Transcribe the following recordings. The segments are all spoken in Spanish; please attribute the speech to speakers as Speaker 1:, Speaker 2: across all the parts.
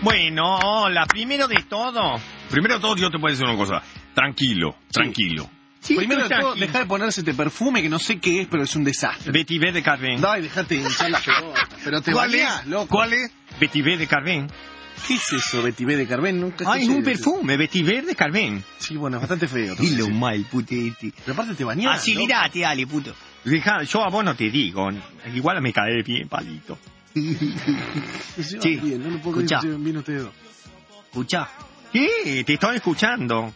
Speaker 1: Bueno, hola, primero de todo.
Speaker 2: Primero de todo, yo te puedo decir una cosa. Tranquilo, tranquilo.
Speaker 1: Sí,
Speaker 3: Primero de
Speaker 1: estoy
Speaker 3: todo,
Speaker 1: aquí.
Speaker 3: deja de ponerse este perfume que no sé qué es, pero es un desastre.
Speaker 1: Betty B de Carmen.
Speaker 3: Dai, dejate de hinchar las pelotas. Pero te
Speaker 2: ¿Cuál
Speaker 3: bañás,
Speaker 2: es?
Speaker 3: loco.
Speaker 2: ¿Cuál es?
Speaker 1: Betty B de Carmen.
Speaker 3: ¿Qué es eso, Betty B de Carmen? Nunca
Speaker 1: Ah, es
Speaker 3: escuché
Speaker 1: un
Speaker 3: de-
Speaker 1: perfume, Betty B de Carmen.
Speaker 3: Sí, bueno, es bastante feo. te voy a
Speaker 1: Dilo
Speaker 3: decir.
Speaker 1: mal, putete.
Speaker 3: Pero aparte te
Speaker 1: Ah,
Speaker 3: bañás.
Speaker 1: Facilitate, dale, puto. Deja, yo a vos no te digo. Igual me cae bien, palito.
Speaker 3: loco. Se llevan
Speaker 1: Sí.
Speaker 3: bien, no lo puedo creer
Speaker 1: Escuchá.
Speaker 3: que se lleven bien ustedes dos.
Speaker 1: Escuchá. ¿Qué? Te estoy escuchando.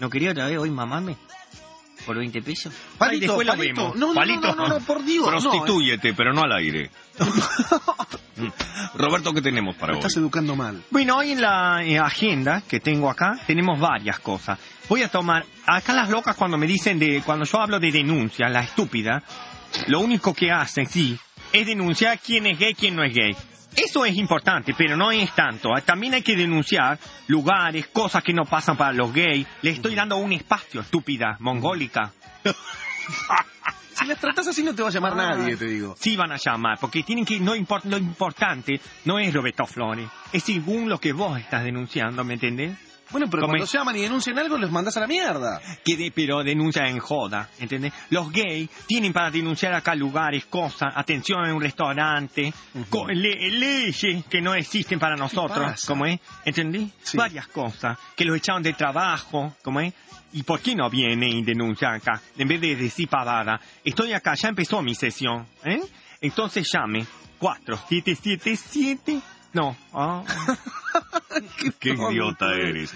Speaker 1: ¿No quería otra vez hoy mamarme? ¿Por 20 pesos? Ay,
Speaker 3: Palito,
Speaker 1: después lo
Speaker 3: palito.
Speaker 1: vemos.
Speaker 3: No, no,
Speaker 1: Palito.
Speaker 3: no, no, no, no, por Dios. No, eh.
Speaker 2: Prostitúyete, pero no al aire. Mm. Roberto, ¿qué tenemos para
Speaker 3: Me
Speaker 2: hoy?
Speaker 3: estás educando mal.
Speaker 1: Bueno, hoy en la eh, agenda que tengo acá tenemos varias cosas. Voy a tomar, acá las locas cuando me dicen de, cuando yo hablo de denuncias, la estúpida, lo único que hacen, sí, es denunciar quién es gay, quién no es gay. Eso es importante, pero no es tanto. Ah, También hay que denunciar lugares, cosas que no pasan para los gays. Le estoy dando un espacio, estúpida, mongólica.
Speaker 3: Si las tratás así no te va a llamar
Speaker 1: Ah.
Speaker 3: nadie, te digo.
Speaker 1: Sí van a llamar, porque tienen que, no import- lo importante no es Roberto Flores, es según lo que vos estás denunciando, ¿me entendés?
Speaker 3: Bueno, pero
Speaker 1: Come.
Speaker 3: cuando llaman y denuncian algo, los mandás a la mierda.
Speaker 1: que de, pero denuncia en joda, ¿entendés? Los gays tienen para denunciar acá lugares, cosas, atención en un restaurante,
Speaker 3: Ujú.
Speaker 1: co- le- leyes que no existen para nosotros,
Speaker 3: pasa?
Speaker 1: como es, ¿entendés?
Speaker 3: Sí.
Speaker 1: Varias cosas, que los echaron de trabajo, como es. ¿Y por qué no viene y denuncia acá? En vez de decir pavada, estoy acá, ya empezó mi sesión, ¿eh? Entonces llame, 4777, no, ah,
Speaker 2: Qué idiota
Speaker 3: eh.
Speaker 2: eres.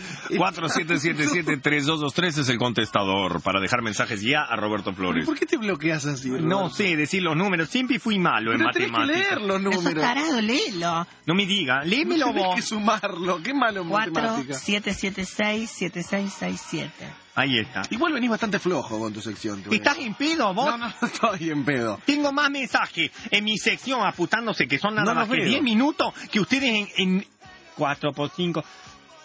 Speaker 2: 4777-3223 es el contestador para dejar mensajes ya a Roberto
Speaker 3: ¿Pero
Speaker 2: Flores.
Speaker 3: ¿Por qué te bloqueas así?
Speaker 1: no sé decir los números, siempre fui malo en
Speaker 3: Pero tenés que
Speaker 1: matemáticas.
Speaker 3: leer los
Speaker 4: No sos
Speaker 3: números.
Speaker 4: tarado, léelo.
Speaker 1: No me diga, léemelo
Speaker 3: Tenés que
Speaker 1: vos.
Speaker 3: sumarlo. Qué malo en
Speaker 4: 4
Speaker 3: matemática.
Speaker 4: 7 7 6 7 6 6 7.
Speaker 1: Ahí está.
Speaker 3: Igual venís bastante flojo con tu sección. te voy a
Speaker 1: ¿Estás
Speaker 3: decir.
Speaker 1: en pedo vos?
Speaker 3: No, no, no estoy en pedo.
Speaker 1: Tengo más mensajes en mi sección aputándose que son nada
Speaker 3: No
Speaker 1: más
Speaker 3: los
Speaker 1: que
Speaker 3: veo.
Speaker 1: 10 minutos que ustedes en, 4 por 5,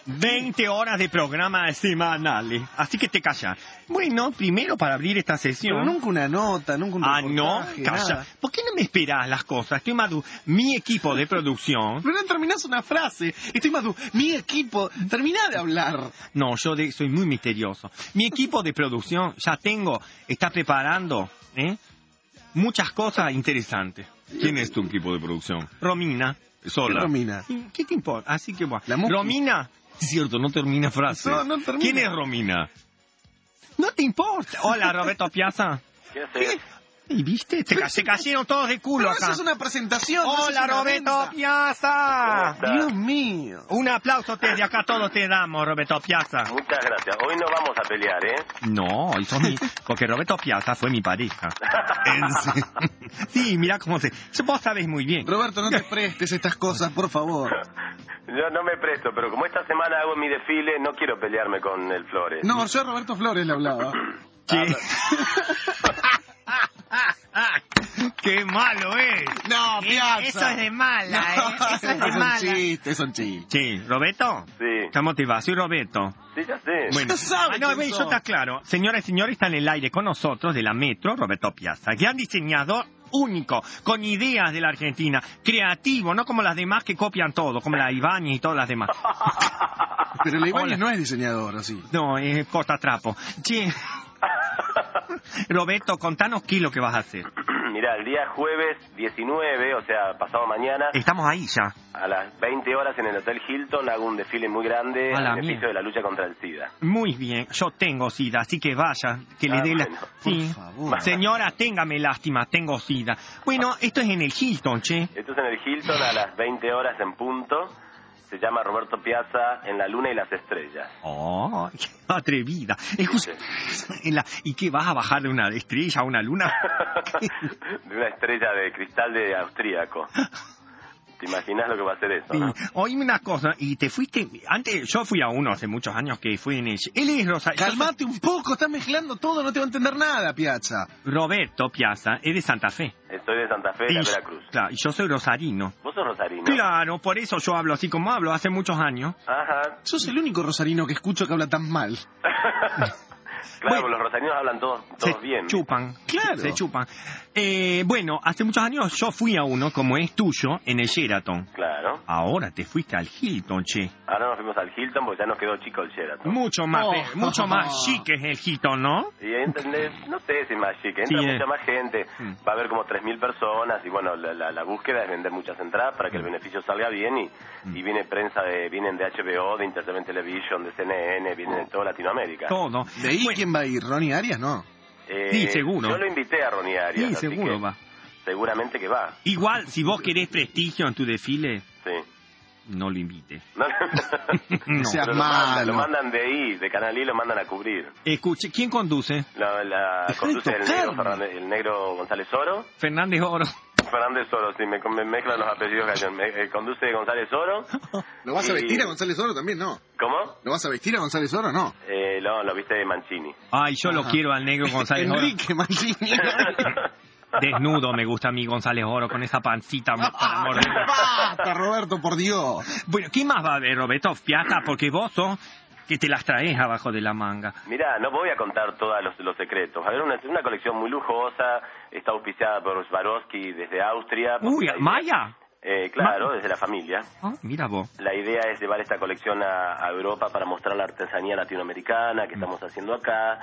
Speaker 1: 20 horas de programa semanales. Así que te callas. Bueno, primero para abrir esta sesión.
Speaker 3: Pero nunca una nota, nunca un
Speaker 1: Ah, no,
Speaker 3: reportaje,
Speaker 1: calla.
Speaker 3: nada.
Speaker 1: ¿Por qué no me esperás las cosas? Estoy madu. Mi equipo de producción.
Speaker 3: Pero no terminás una frase. Estoy más du- Mi equipo. Terminá de hablar.
Speaker 1: No, yo de- soy muy misterioso. Mi equipo de producción ya tengo, está preparando ¿eh? muchas cosas interesantes.
Speaker 2: ¿Quién es tu equipo de producción?
Speaker 1: Romina,
Speaker 2: Sola.
Speaker 3: Romina.
Speaker 1: ¿qué te importa? Así que bueno.
Speaker 3: La música.
Speaker 1: Romina,
Speaker 2: Es cierto, no termina frase.
Speaker 3: No, no termina.
Speaker 2: ¿Quién es Romina?
Speaker 1: no te importa. Hola, Roberto Piazza.
Speaker 5: ¿Qué haces?
Speaker 1: ¿Y viste? Se, ca- se cayeron todos de culo
Speaker 3: Pero eso
Speaker 1: acá.
Speaker 3: es una presentación. no
Speaker 1: Hola,
Speaker 3: haces una
Speaker 1: Roberto
Speaker 3: venta.
Speaker 1: Piazza.
Speaker 5: Hola.
Speaker 3: Dios mío.
Speaker 1: Un aplauso desde acá todos te damos, Roberto Piazza.
Speaker 5: Muchas gracias. Hoy no vamos a pelear, ¿eh?
Speaker 1: No, eso es mi- porque Roberto Piazza fue mi pareja.
Speaker 2: En serio.
Speaker 1: Sí, mira cómo se... Vos sabés muy bien.
Speaker 3: Roberto, no te prestes estas cosas, por favor.
Speaker 5: Yo no me presto, pero como esta semana hago mi desfile, no quiero pelearme con el Flores.
Speaker 3: No, yo a Roberto Flores le hablaba.
Speaker 1: ¿Qué? ¡Qué malo es!
Speaker 3: No, Piazza.
Speaker 4: Eso es de mala, ¿eh? Eso es de
Speaker 3: son
Speaker 4: mala.
Speaker 3: chistes, son chistes.
Speaker 1: Sí, ¿Roberto?
Speaker 5: Sí,
Speaker 1: ¿Cómo te va? Soy Roberto.
Speaker 5: sí, ya sé.
Speaker 1: Bueno.
Speaker 3: sabe
Speaker 1: Ah, no,
Speaker 3: quién
Speaker 1: ve, yo
Speaker 3: sos.
Speaker 1: te aclaro. Señoras y señores, están en el aire con nosotros de la Metro, Roberto Piazza, gran diseñador único, con ideas de la Argentina, creativo, no como las demás que copian todo, como la Ibáñez y todas las demás.
Speaker 3: Pero la
Speaker 1: Hola.
Speaker 3: Ibáñez no es diseñador, así.
Speaker 1: No, es corta trapo. Che. Roberto, contanos qué es lo que vas a hacer.
Speaker 5: Mirá, el día jueves 19, o sea, pasado mañana,
Speaker 1: Estamos ahí ya.
Speaker 5: a las 20 horas en el Hotel Hilton hago un desfile muy grande
Speaker 1: A la
Speaker 5: en beneficio
Speaker 1: mía.
Speaker 5: de la lucha contra el SIDA.
Speaker 1: Muy bien, yo tengo sida, así que vaya, que le
Speaker 5: Ah,
Speaker 1: dé la...
Speaker 5: bueno.
Speaker 3: Por
Speaker 1: Sí.
Speaker 3: favor.
Speaker 1: Señora, téngame lástima, tengo sida. Bueno, esto es en el Hilton, che.
Speaker 5: Esto es en el Hilton a las 20 horas en punto. Se llama Roberto Piazza en la luna y las estrellas.
Speaker 1: Oh, qué atrevida. Escucha, en la- ¿y qué vas a bajar de una estrella a una luna?
Speaker 5: de una estrella de cristal de austríaco. ¿Te imaginas lo que va a ser eso?
Speaker 1: Sí.
Speaker 5: no?
Speaker 1: Oíme una cosa, y te fuiste, antes yo fui a uno hace muchos años que fui en el... Él es Rosa...
Speaker 3: Calmate un poco, estás mezclando todo, no te va a entender nada, Piazza.
Speaker 1: Roberto Piazza es de Santa Fe.
Speaker 5: Estoy de Santa Fe, de la Veracruz.
Speaker 1: Claro, y yo soy rosarino.
Speaker 5: ¿Vos sos rosarino?
Speaker 1: Claro, por eso yo hablo así como hablo hace muchos años.
Speaker 5: Ajá.
Speaker 3: Sos el único rosarino que escucho que habla tan mal.
Speaker 5: Claro, los rosarinos hablan todos,
Speaker 1: se
Speaker 5: todos bien.
Speaker 1: chupan.
Speaker 3: Claro.
Speaker 1: Se chupan. Eh, bueno, hace muchos años yo fui a uno, como es tuyo, en el Sheraton.
Speaker 5: Claro.
Speaker 1: Ahora te fuiste al Hilton, che.
Speaker 5: Ahora nos fuimos al Hilton porque ya nos quedó chico el Sheraton.
Speaker 1: Mucho más,
Speaker 3: Oh.
Speaker 1: eh, mucho más chic es el Hilton, ¿no?
Speaker 5: Y ahí entendés, no sé si más chic, entra
Speaker 1: Sí, eh.
Speaker 5: mucha más gente,
Speaker 1: Mm.
Speaker 5: va a haber como 3.000 personas y bueno, la, la- la búsqueda es vender muchas entradas para que
Speaker 1: Mm.
Speaker 5: el beneficio salga bien y, y viene prensa, de, vienen de HBO, de Entertainment Television, de CNN, vienen de toda Latinoamérica.
Speaker 1: Todo.
Speaker 3: ¿De ahí
Speaker 1: Bueno,
Speaker 3: quién va a ir? ¿Ronnie Arias? No.
Speaker 5: Eh,
Speaker 1: Sí, seguro.
Speaker 5: Yo lo invité a Ronnie Arias.
Speaker 1: sí,
Speaker 5: así
Speaker 1: seguro
Speaker 5: que
Speaker 1: va.
Speaker 5: Seguramente que va,
Speaker 1: Igual, si vos querés prestigio en tu desfile,
Speaker 5: sí.
Speaker 1: no lo invites.
Speaker 5: No,
Speaker 1: No.
Speaker 3: seas
Speaker 5: Pero lo, mandan,
Speaker 3: malo.
Speaker 5: lo mandan de ahí, de Canal I lo mandan a cubrir.
Speaker 1: Escuche, ¿quién conduce?
Speaker 5: La, la
Speaker 3: Deja de
Speaker 5: conduce el negro,
Speaker 3: tocarme.
Speaker 5: Fernández- el negro González Oro.
Speaker 1: Fernández Oro.
Speaker 5: Fernández Oro, si me, me mezclan los apellidos Gallón. Me- eh, conduce González Oro.
Speaker 3: ¿Lo vas a
Speaker 5: Y-
Speaker 3: vestir a González Oro también? No.
Speaker 5: ¿Cómo?
Speaker 3: ¿Lo vas a vestir a González Oro? No.
Speaker 5: Eh, no, lo viste de Mancini.
Speaker 1: Ay, yo lo
Speaker 3: Ajá.
Speaker 1: quiero al negro González Oro.
Speaker 3: Enrique Mancini.
Speaker 1: Desnudo me gusta a mí González Oro con esa pancita para morder.
Speaker 3: ¡Basta, Roberto, por Dios!
Speaker 1: Bueno, ¿qué más va a haber, Roberto? Fiata, porque vos sos que te las traes abajo de la manga.
Speaker 5: Mirá, no voy a contar todos los, los secretos. A ver, una, una colección muy lujosa, está auspiciada por Swarovski desde Austria.
Speaker 1: Uy, Maya.
Speaker 5: Eh, claro, desde la familia.
Speaker 1: Ah, mira vos.
Speaker 5: La idea es llevar esta colección a, a Europa para mostrar la artesanía latinoamericana
Speaker 1: Mm.
Speaker 5: que estamos haciendo acá.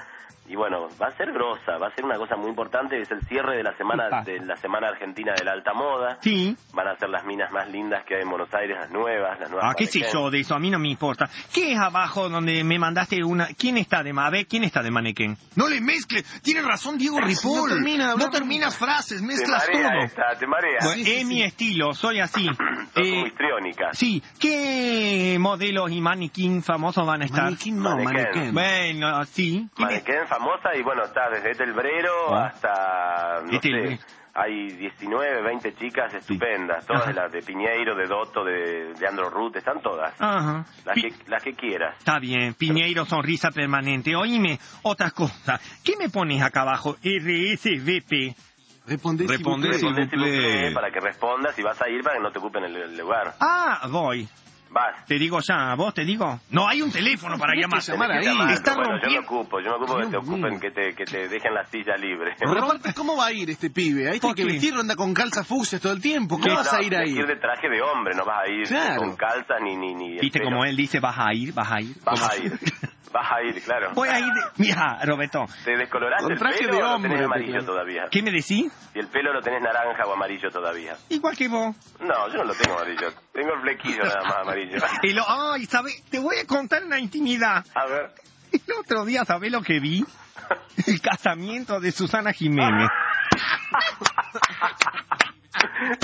Speaker 5: Y bueno, va a ser grosa, va a ser una cosa muy importante. Es el cierre de la semana
Speaker 1: Upa.
Speaker 5: de la semana argentina de la alta moda.
Speaker 1: Sí.
Speaker 5: Van a ser las minas más lindas que hay en Buenos Aires, las nuevas, las nuevas.
Speaker 1: Ah, qué sé
Speaker 5: mannequins.
Speaker 1: yo de eso, a mí no me importa. ¿Qué es abajo donde me mandaste una? ¿Quién está de ma- a ver, ¿quién está de mannequén?
Speaker 2: No le mezcle. Tiene razón Diego Ripoll.
Speaker 3: No termina de hablar.
Speaker 2: termina frases,
Speaker 5: Te
Speaker 2: mezclas
Speaker 5: marea
Speaker 2: todo.
Speaker 5: esta, te marea.
Speaker 1: Bueno, es mi estilo, soy así.
Speaker 5: Sos
Speaker 1: Eh,
Speaker 5: como histriónica.
Speaker 1: sí, ¿qué modelos y maniquín famosos van a estar?
Speaker 3: Mannequin no,
Speaker 5: Mannequin.
Speaker 3: mannequin.
Speaker 1: Bueno, sí. ¿Quién es?
Speaker 5: Mannequén famosa y bueno, está desde Ethel Brero
Speaker 1: Ah.
Speaker 5: hasta, no
Speaker 1: Ethel.
Speaker 5: sé, hay 19, 20 chicas estupendas, todas
Speaker 1: Ajá.
Speaker 5: de, las de Piñeiro, de Dotto, de, de Andro Ruth, están todas.
Speaker 1: Ajá.
Speaker 5: Las
Speaker 1: Ah. Pi-
Speaker 5: que, las que quieras.
Speaker 1: Está bien, Piñeiro, sonrisa permanente. Oíme, otra cosa. ¿Qué me pones acá abajo? RSVP.
Speaker 3: Responde si
Speaker 2: Responde
Speaker 3: vos
Speaker 2: si
Speaker 3: querés.
Speaker 5: Respondé si vos
Speaker 2: plaît.
Speaker 5: querés, para que respondas y vas a ir para que no te ocupen el, el lugar.
Speaker 1: Ah, voy.
Speaker 5: Vas.
Speaker 1: Te digo ya, ¿a vos te digo? No, hay un teléfono para
Speaker 5: Este
Speaker 3: Tenés que
Speaker 1: llamar.
Speaker 3: llamar
Speaker 5: Tenés que
Speaker 3: ahí.
Speaker 5: llamarlo.
Speaker 1: Está
Speaker 5: bueno, yo me
Speaker 1: rompiendo.
Speaker 5: ocupo, yo me ocupo que te
Speaker 3: Dios mío.
Speaker 5: ocupen, que te, que te dejen la silla libre.
Speaker 3: Pero aparte, ¿cómo va a ir este pibe? Ahí
Speaker 1: ¿Ah? ¿Por
Speaker 3: tiene que
Speaker 1: qué?
Speaker 3: vestirlo, anda con calzas fucsias todo el tiempo. ¿Cómo
Speaker 5: No,
Speaker 3: vas a ir
Speaker 5: tenés
Speaker 3: ahí?
Speaker 5: que ir de traje de hombre, no vas a ir
Speaker 3: Claro.
Speaker 5: con calzas ni... ni, ni el
Speaker 1: Viste
Speaker 5: pelo.
Speaker 1: como él dice, vas a ir, vas a ir.
Speaker 5: Vas
Speaker 1: ¿Cómo?
Speaker 5: a ir, vas a ir, claro.
Speaker 1: Voy a ir. de- Mira, Roberto,
Speaker 5: ¿Te descoloraste
Speaker 3: Con traje
Speaker 5: el pelo
Speaker 3: de
Speaker 5: o lo
Speaker 3: hombre,
Speaker 5: tenés
Speaker 3: te
Speaker 5: amarillo
Speaker 3: claro.
Speaker 5: todavía?
Speaker 1: ¿qué me decís?
Speaker 5: Si el pelo lo tenés naranja o amarillo todavía.
Speaker 1: Igual que vos.
Speaker 5: No, yo no lo tengo amarillo. Tengo el flequillo nada más amarillo.
Speaker 1: Y lo- ay, ¿sabes? Te voy a contar una intimidad.
Speaker 5: A ver.
Speaker 1: El otro día, ¿sabés lo que vi? El casamiento de Susana Jiménez.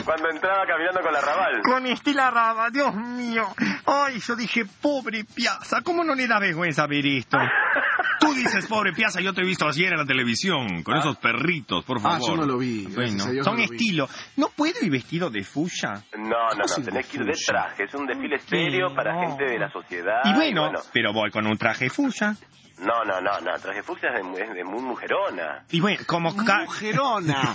Speaker 5: Cuando entraba caminando con la rabal.
Speaker 1: Con Estela Raba, Dios mío. Ay, yo dije, pobre Piazza, ¿cómo no le da vergüenza ver esto?
Speaker 2: Tú dices, pobre Piazza, yo te he visto ayer en la televisión, con esos perritos, por
Speaker 3: Ah,
Speaker 2: favor.
Speaker 3: yo no lo vi. gracias
Speaker 1: Bueno,
Speaker 3: a Dios
Speaker 1: son
Speaker 3: no lo vi.
Speaker 1: estilo. No puedo ir vestido de fuya.
Speaker 5: No, no,
Speaker 3: es
Speaker 5: no,
Speaker 3: el
Speaker 5: tenés que ir de
Speaker 3: fuchi?
Speaker 5: traje. Es un desfile serio para gente de la sociedad.
Speaker 1: Y bueno, pero voy con un traje fuya.
Speaker 5: No, no, no, no. Traje fucsia es de, mu- es de muy mujerona.
Speaker 1: Y bueno, como... Ca-
Speaker 3: Mujerona.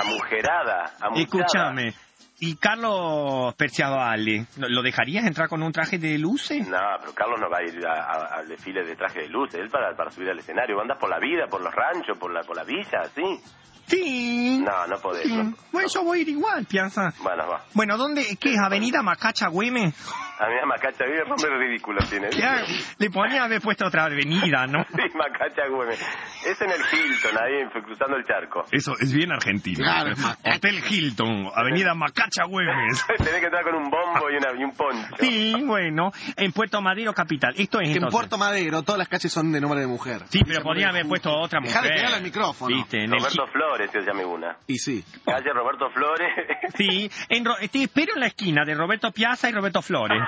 Speaker 5: Amujerada. amuchada.
Speaker 1: Escúchame. Y Carlos Perciavale, ¿lo lo dejarías entrar con un traje de luces?
Speaker 5: No, pero Carlos no va a ir a- a- al desfile de traje de luz. Él para, para subir al escenario. Andas por la vida, por los ranchos, por la, por la villa, ¿sí?
Speaker 1: Sí.
Speaker 5: No, no podés.
Speaker 1: Sí.
Speaker 5: no.
Speaker 1: Bueno, yo voy a ir igual, Piazza.
Speaker 5: Bueno, va.
Speaker 1: Bueno, ¿dónde? ¿Qué es? ¿Avenida Macacha Güemes?
Speaker 5: A mí la Macacha Güemes, hombre ridículo tiene.
Speaker 1: Ya, le ponía haber puesto otra avenida, ¿no?
Speaker 5: Sí, Macacha Güemes. Es en el Hilton, ahí en- cruzando el charco.
Speaker 2: Eso es bien argentino.
Speaker 3: Claro,
Speaker 2: Hotel Hilton, Avenida Macacha Güemes.
Speaker 5: Tenés que entrar con un bombo y, una, y un poncho.
Speaker 1: Sí, bueno, en Puerto Madero capital. Esto es
Speaker 3: Que en
Speaker 1: entonces.
Speaker 3: Puerto Madero todas las calles son de nombre de mujer.
Speaker 1: Sí, pero podría haber puesto otra mujer.
Speaker 3: Dejá de pegarle al micrófono.
Speaker 1: Viste, en el
Speaker 5: Roberto Flores se llama una.
Speaker 3: Y sí.
Speaker 5: Calle Roberto Flores.
Speaker 1: Sí, en Ro- te espero en la esquina de Roberto Piazza y Roberto Flores.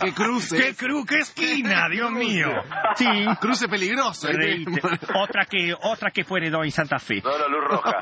Speaker 3: ¡Qué cruce!
Speaker 2: ¡Qué cru, qué esquina, Dios mío!
Speaker 1: Sí,
Speaker 3: cruce peligroso! ¿eh?
Speaker 1: reíte. Otra que, otra que fue Heredó en Santa Fe.
Speaker 5: Solo luz roja.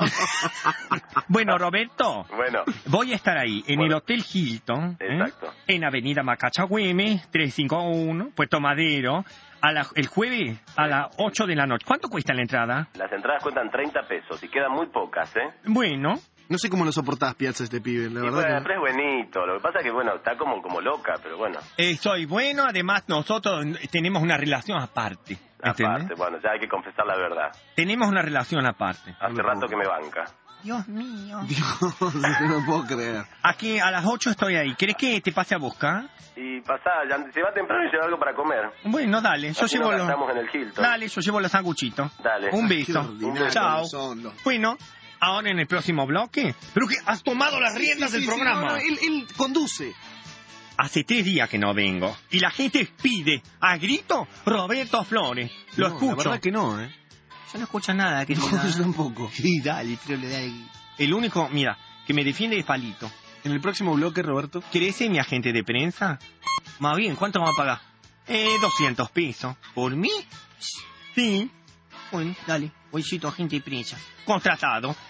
Speaker 1: Bueno, Roberto,
Speaker 5: Bueno,
Speaker 1: voy a estar ahí, en el
Speaker 5: Bueno.
Speaker 1: Hotel Hilton, ¿eh?
Speaker 5: Exacto.
Speaker 1: en Avenida Macacha Güemes, 351, Puerto Madero, a la- el jueves a las 8 de la noche. ¿Cuánto cuesta la entrada?
Speaker 5: las entradas cuentan 30 pesos y quedan muy pocas, ¿eh?
Speaker 1: Bueno,
Speaker 3: No sé cómo lo soportás, Piazza, este pibe, la
Speaker 5: Y
Speaker 3: verdad.
Speaker 5: bueno,
Speaker 3: que-
Speaker 5: pero es buenito. Lo que pasa es que, bueno, está como, como loca, pero bueno.
Speaker 1: Eh, soy bueno, además nosotros tenemos una relación aparte. ¿entendés?
Speaker 5: Aparte, bueno, ya hay que confesar la verdad.
Speaker 1: Tenemos una relación aparte.
Speaker 5: Hace rato que me banca.
Speaker 4: Dios mío.
Speaker 3: Dios, no puedo creer.
Speaker 1: Aquí a las 8 estoy ahí. ¿Crees que te pase a buscar?
Speaker 5: Y pasá, ya- se va temprano y lleva algo para comer.
Speaker 1: Bueno, dale. Yo
Speaker 5: Así
Speaker 1: llevo
Speaker 5: nos
Speaker 1: los...
Speaker 5: gastamos en el Hilton.
Speaker 1: Dale, yo llevo los sanguchitos.
Speaker 5: Dale.
Speaker 1: Un
Speaker 3: Qué
Speaker 1: beso.
Speaker 3: ordinarios
Speaker 1: Chao.
Speaker 3: son los-
Speaker 1: Bueno, ahora en el próximo bloque. Pero que has tomado las riendas
Speaker 3: Sí,
Speaker 1: del
Speaker 3: sí,
Speaker 1: programa.
Speaker 3: no, no, él, él conduce.
Speaker 1: Hace tres días que no vengo. Y la gente pide a grito Roberto Flores. Lo
Speaker 3: No,
Speaker 1: escucho.
Speaker 3: La verdad que no, ¿eh?
Speaker 1: Yo no escucho nada, que
Speaker 3: No, yo tampoco.
Speaker 1: Sí, dale, pero le dale. El único, mira, que me defiende es Palito.
Speaker 3: En el próximo bloque, Roberto.
Speaker 1: ¿Crece mi agente de prensa? Más bien, ¿cuánto va a pagar? Eh, 200 pesos. ¿Por mí? Sí.
Speaker 4: Bueno, dale. Hoy soy tu agente de prensa.
Speaker 1: Contratado.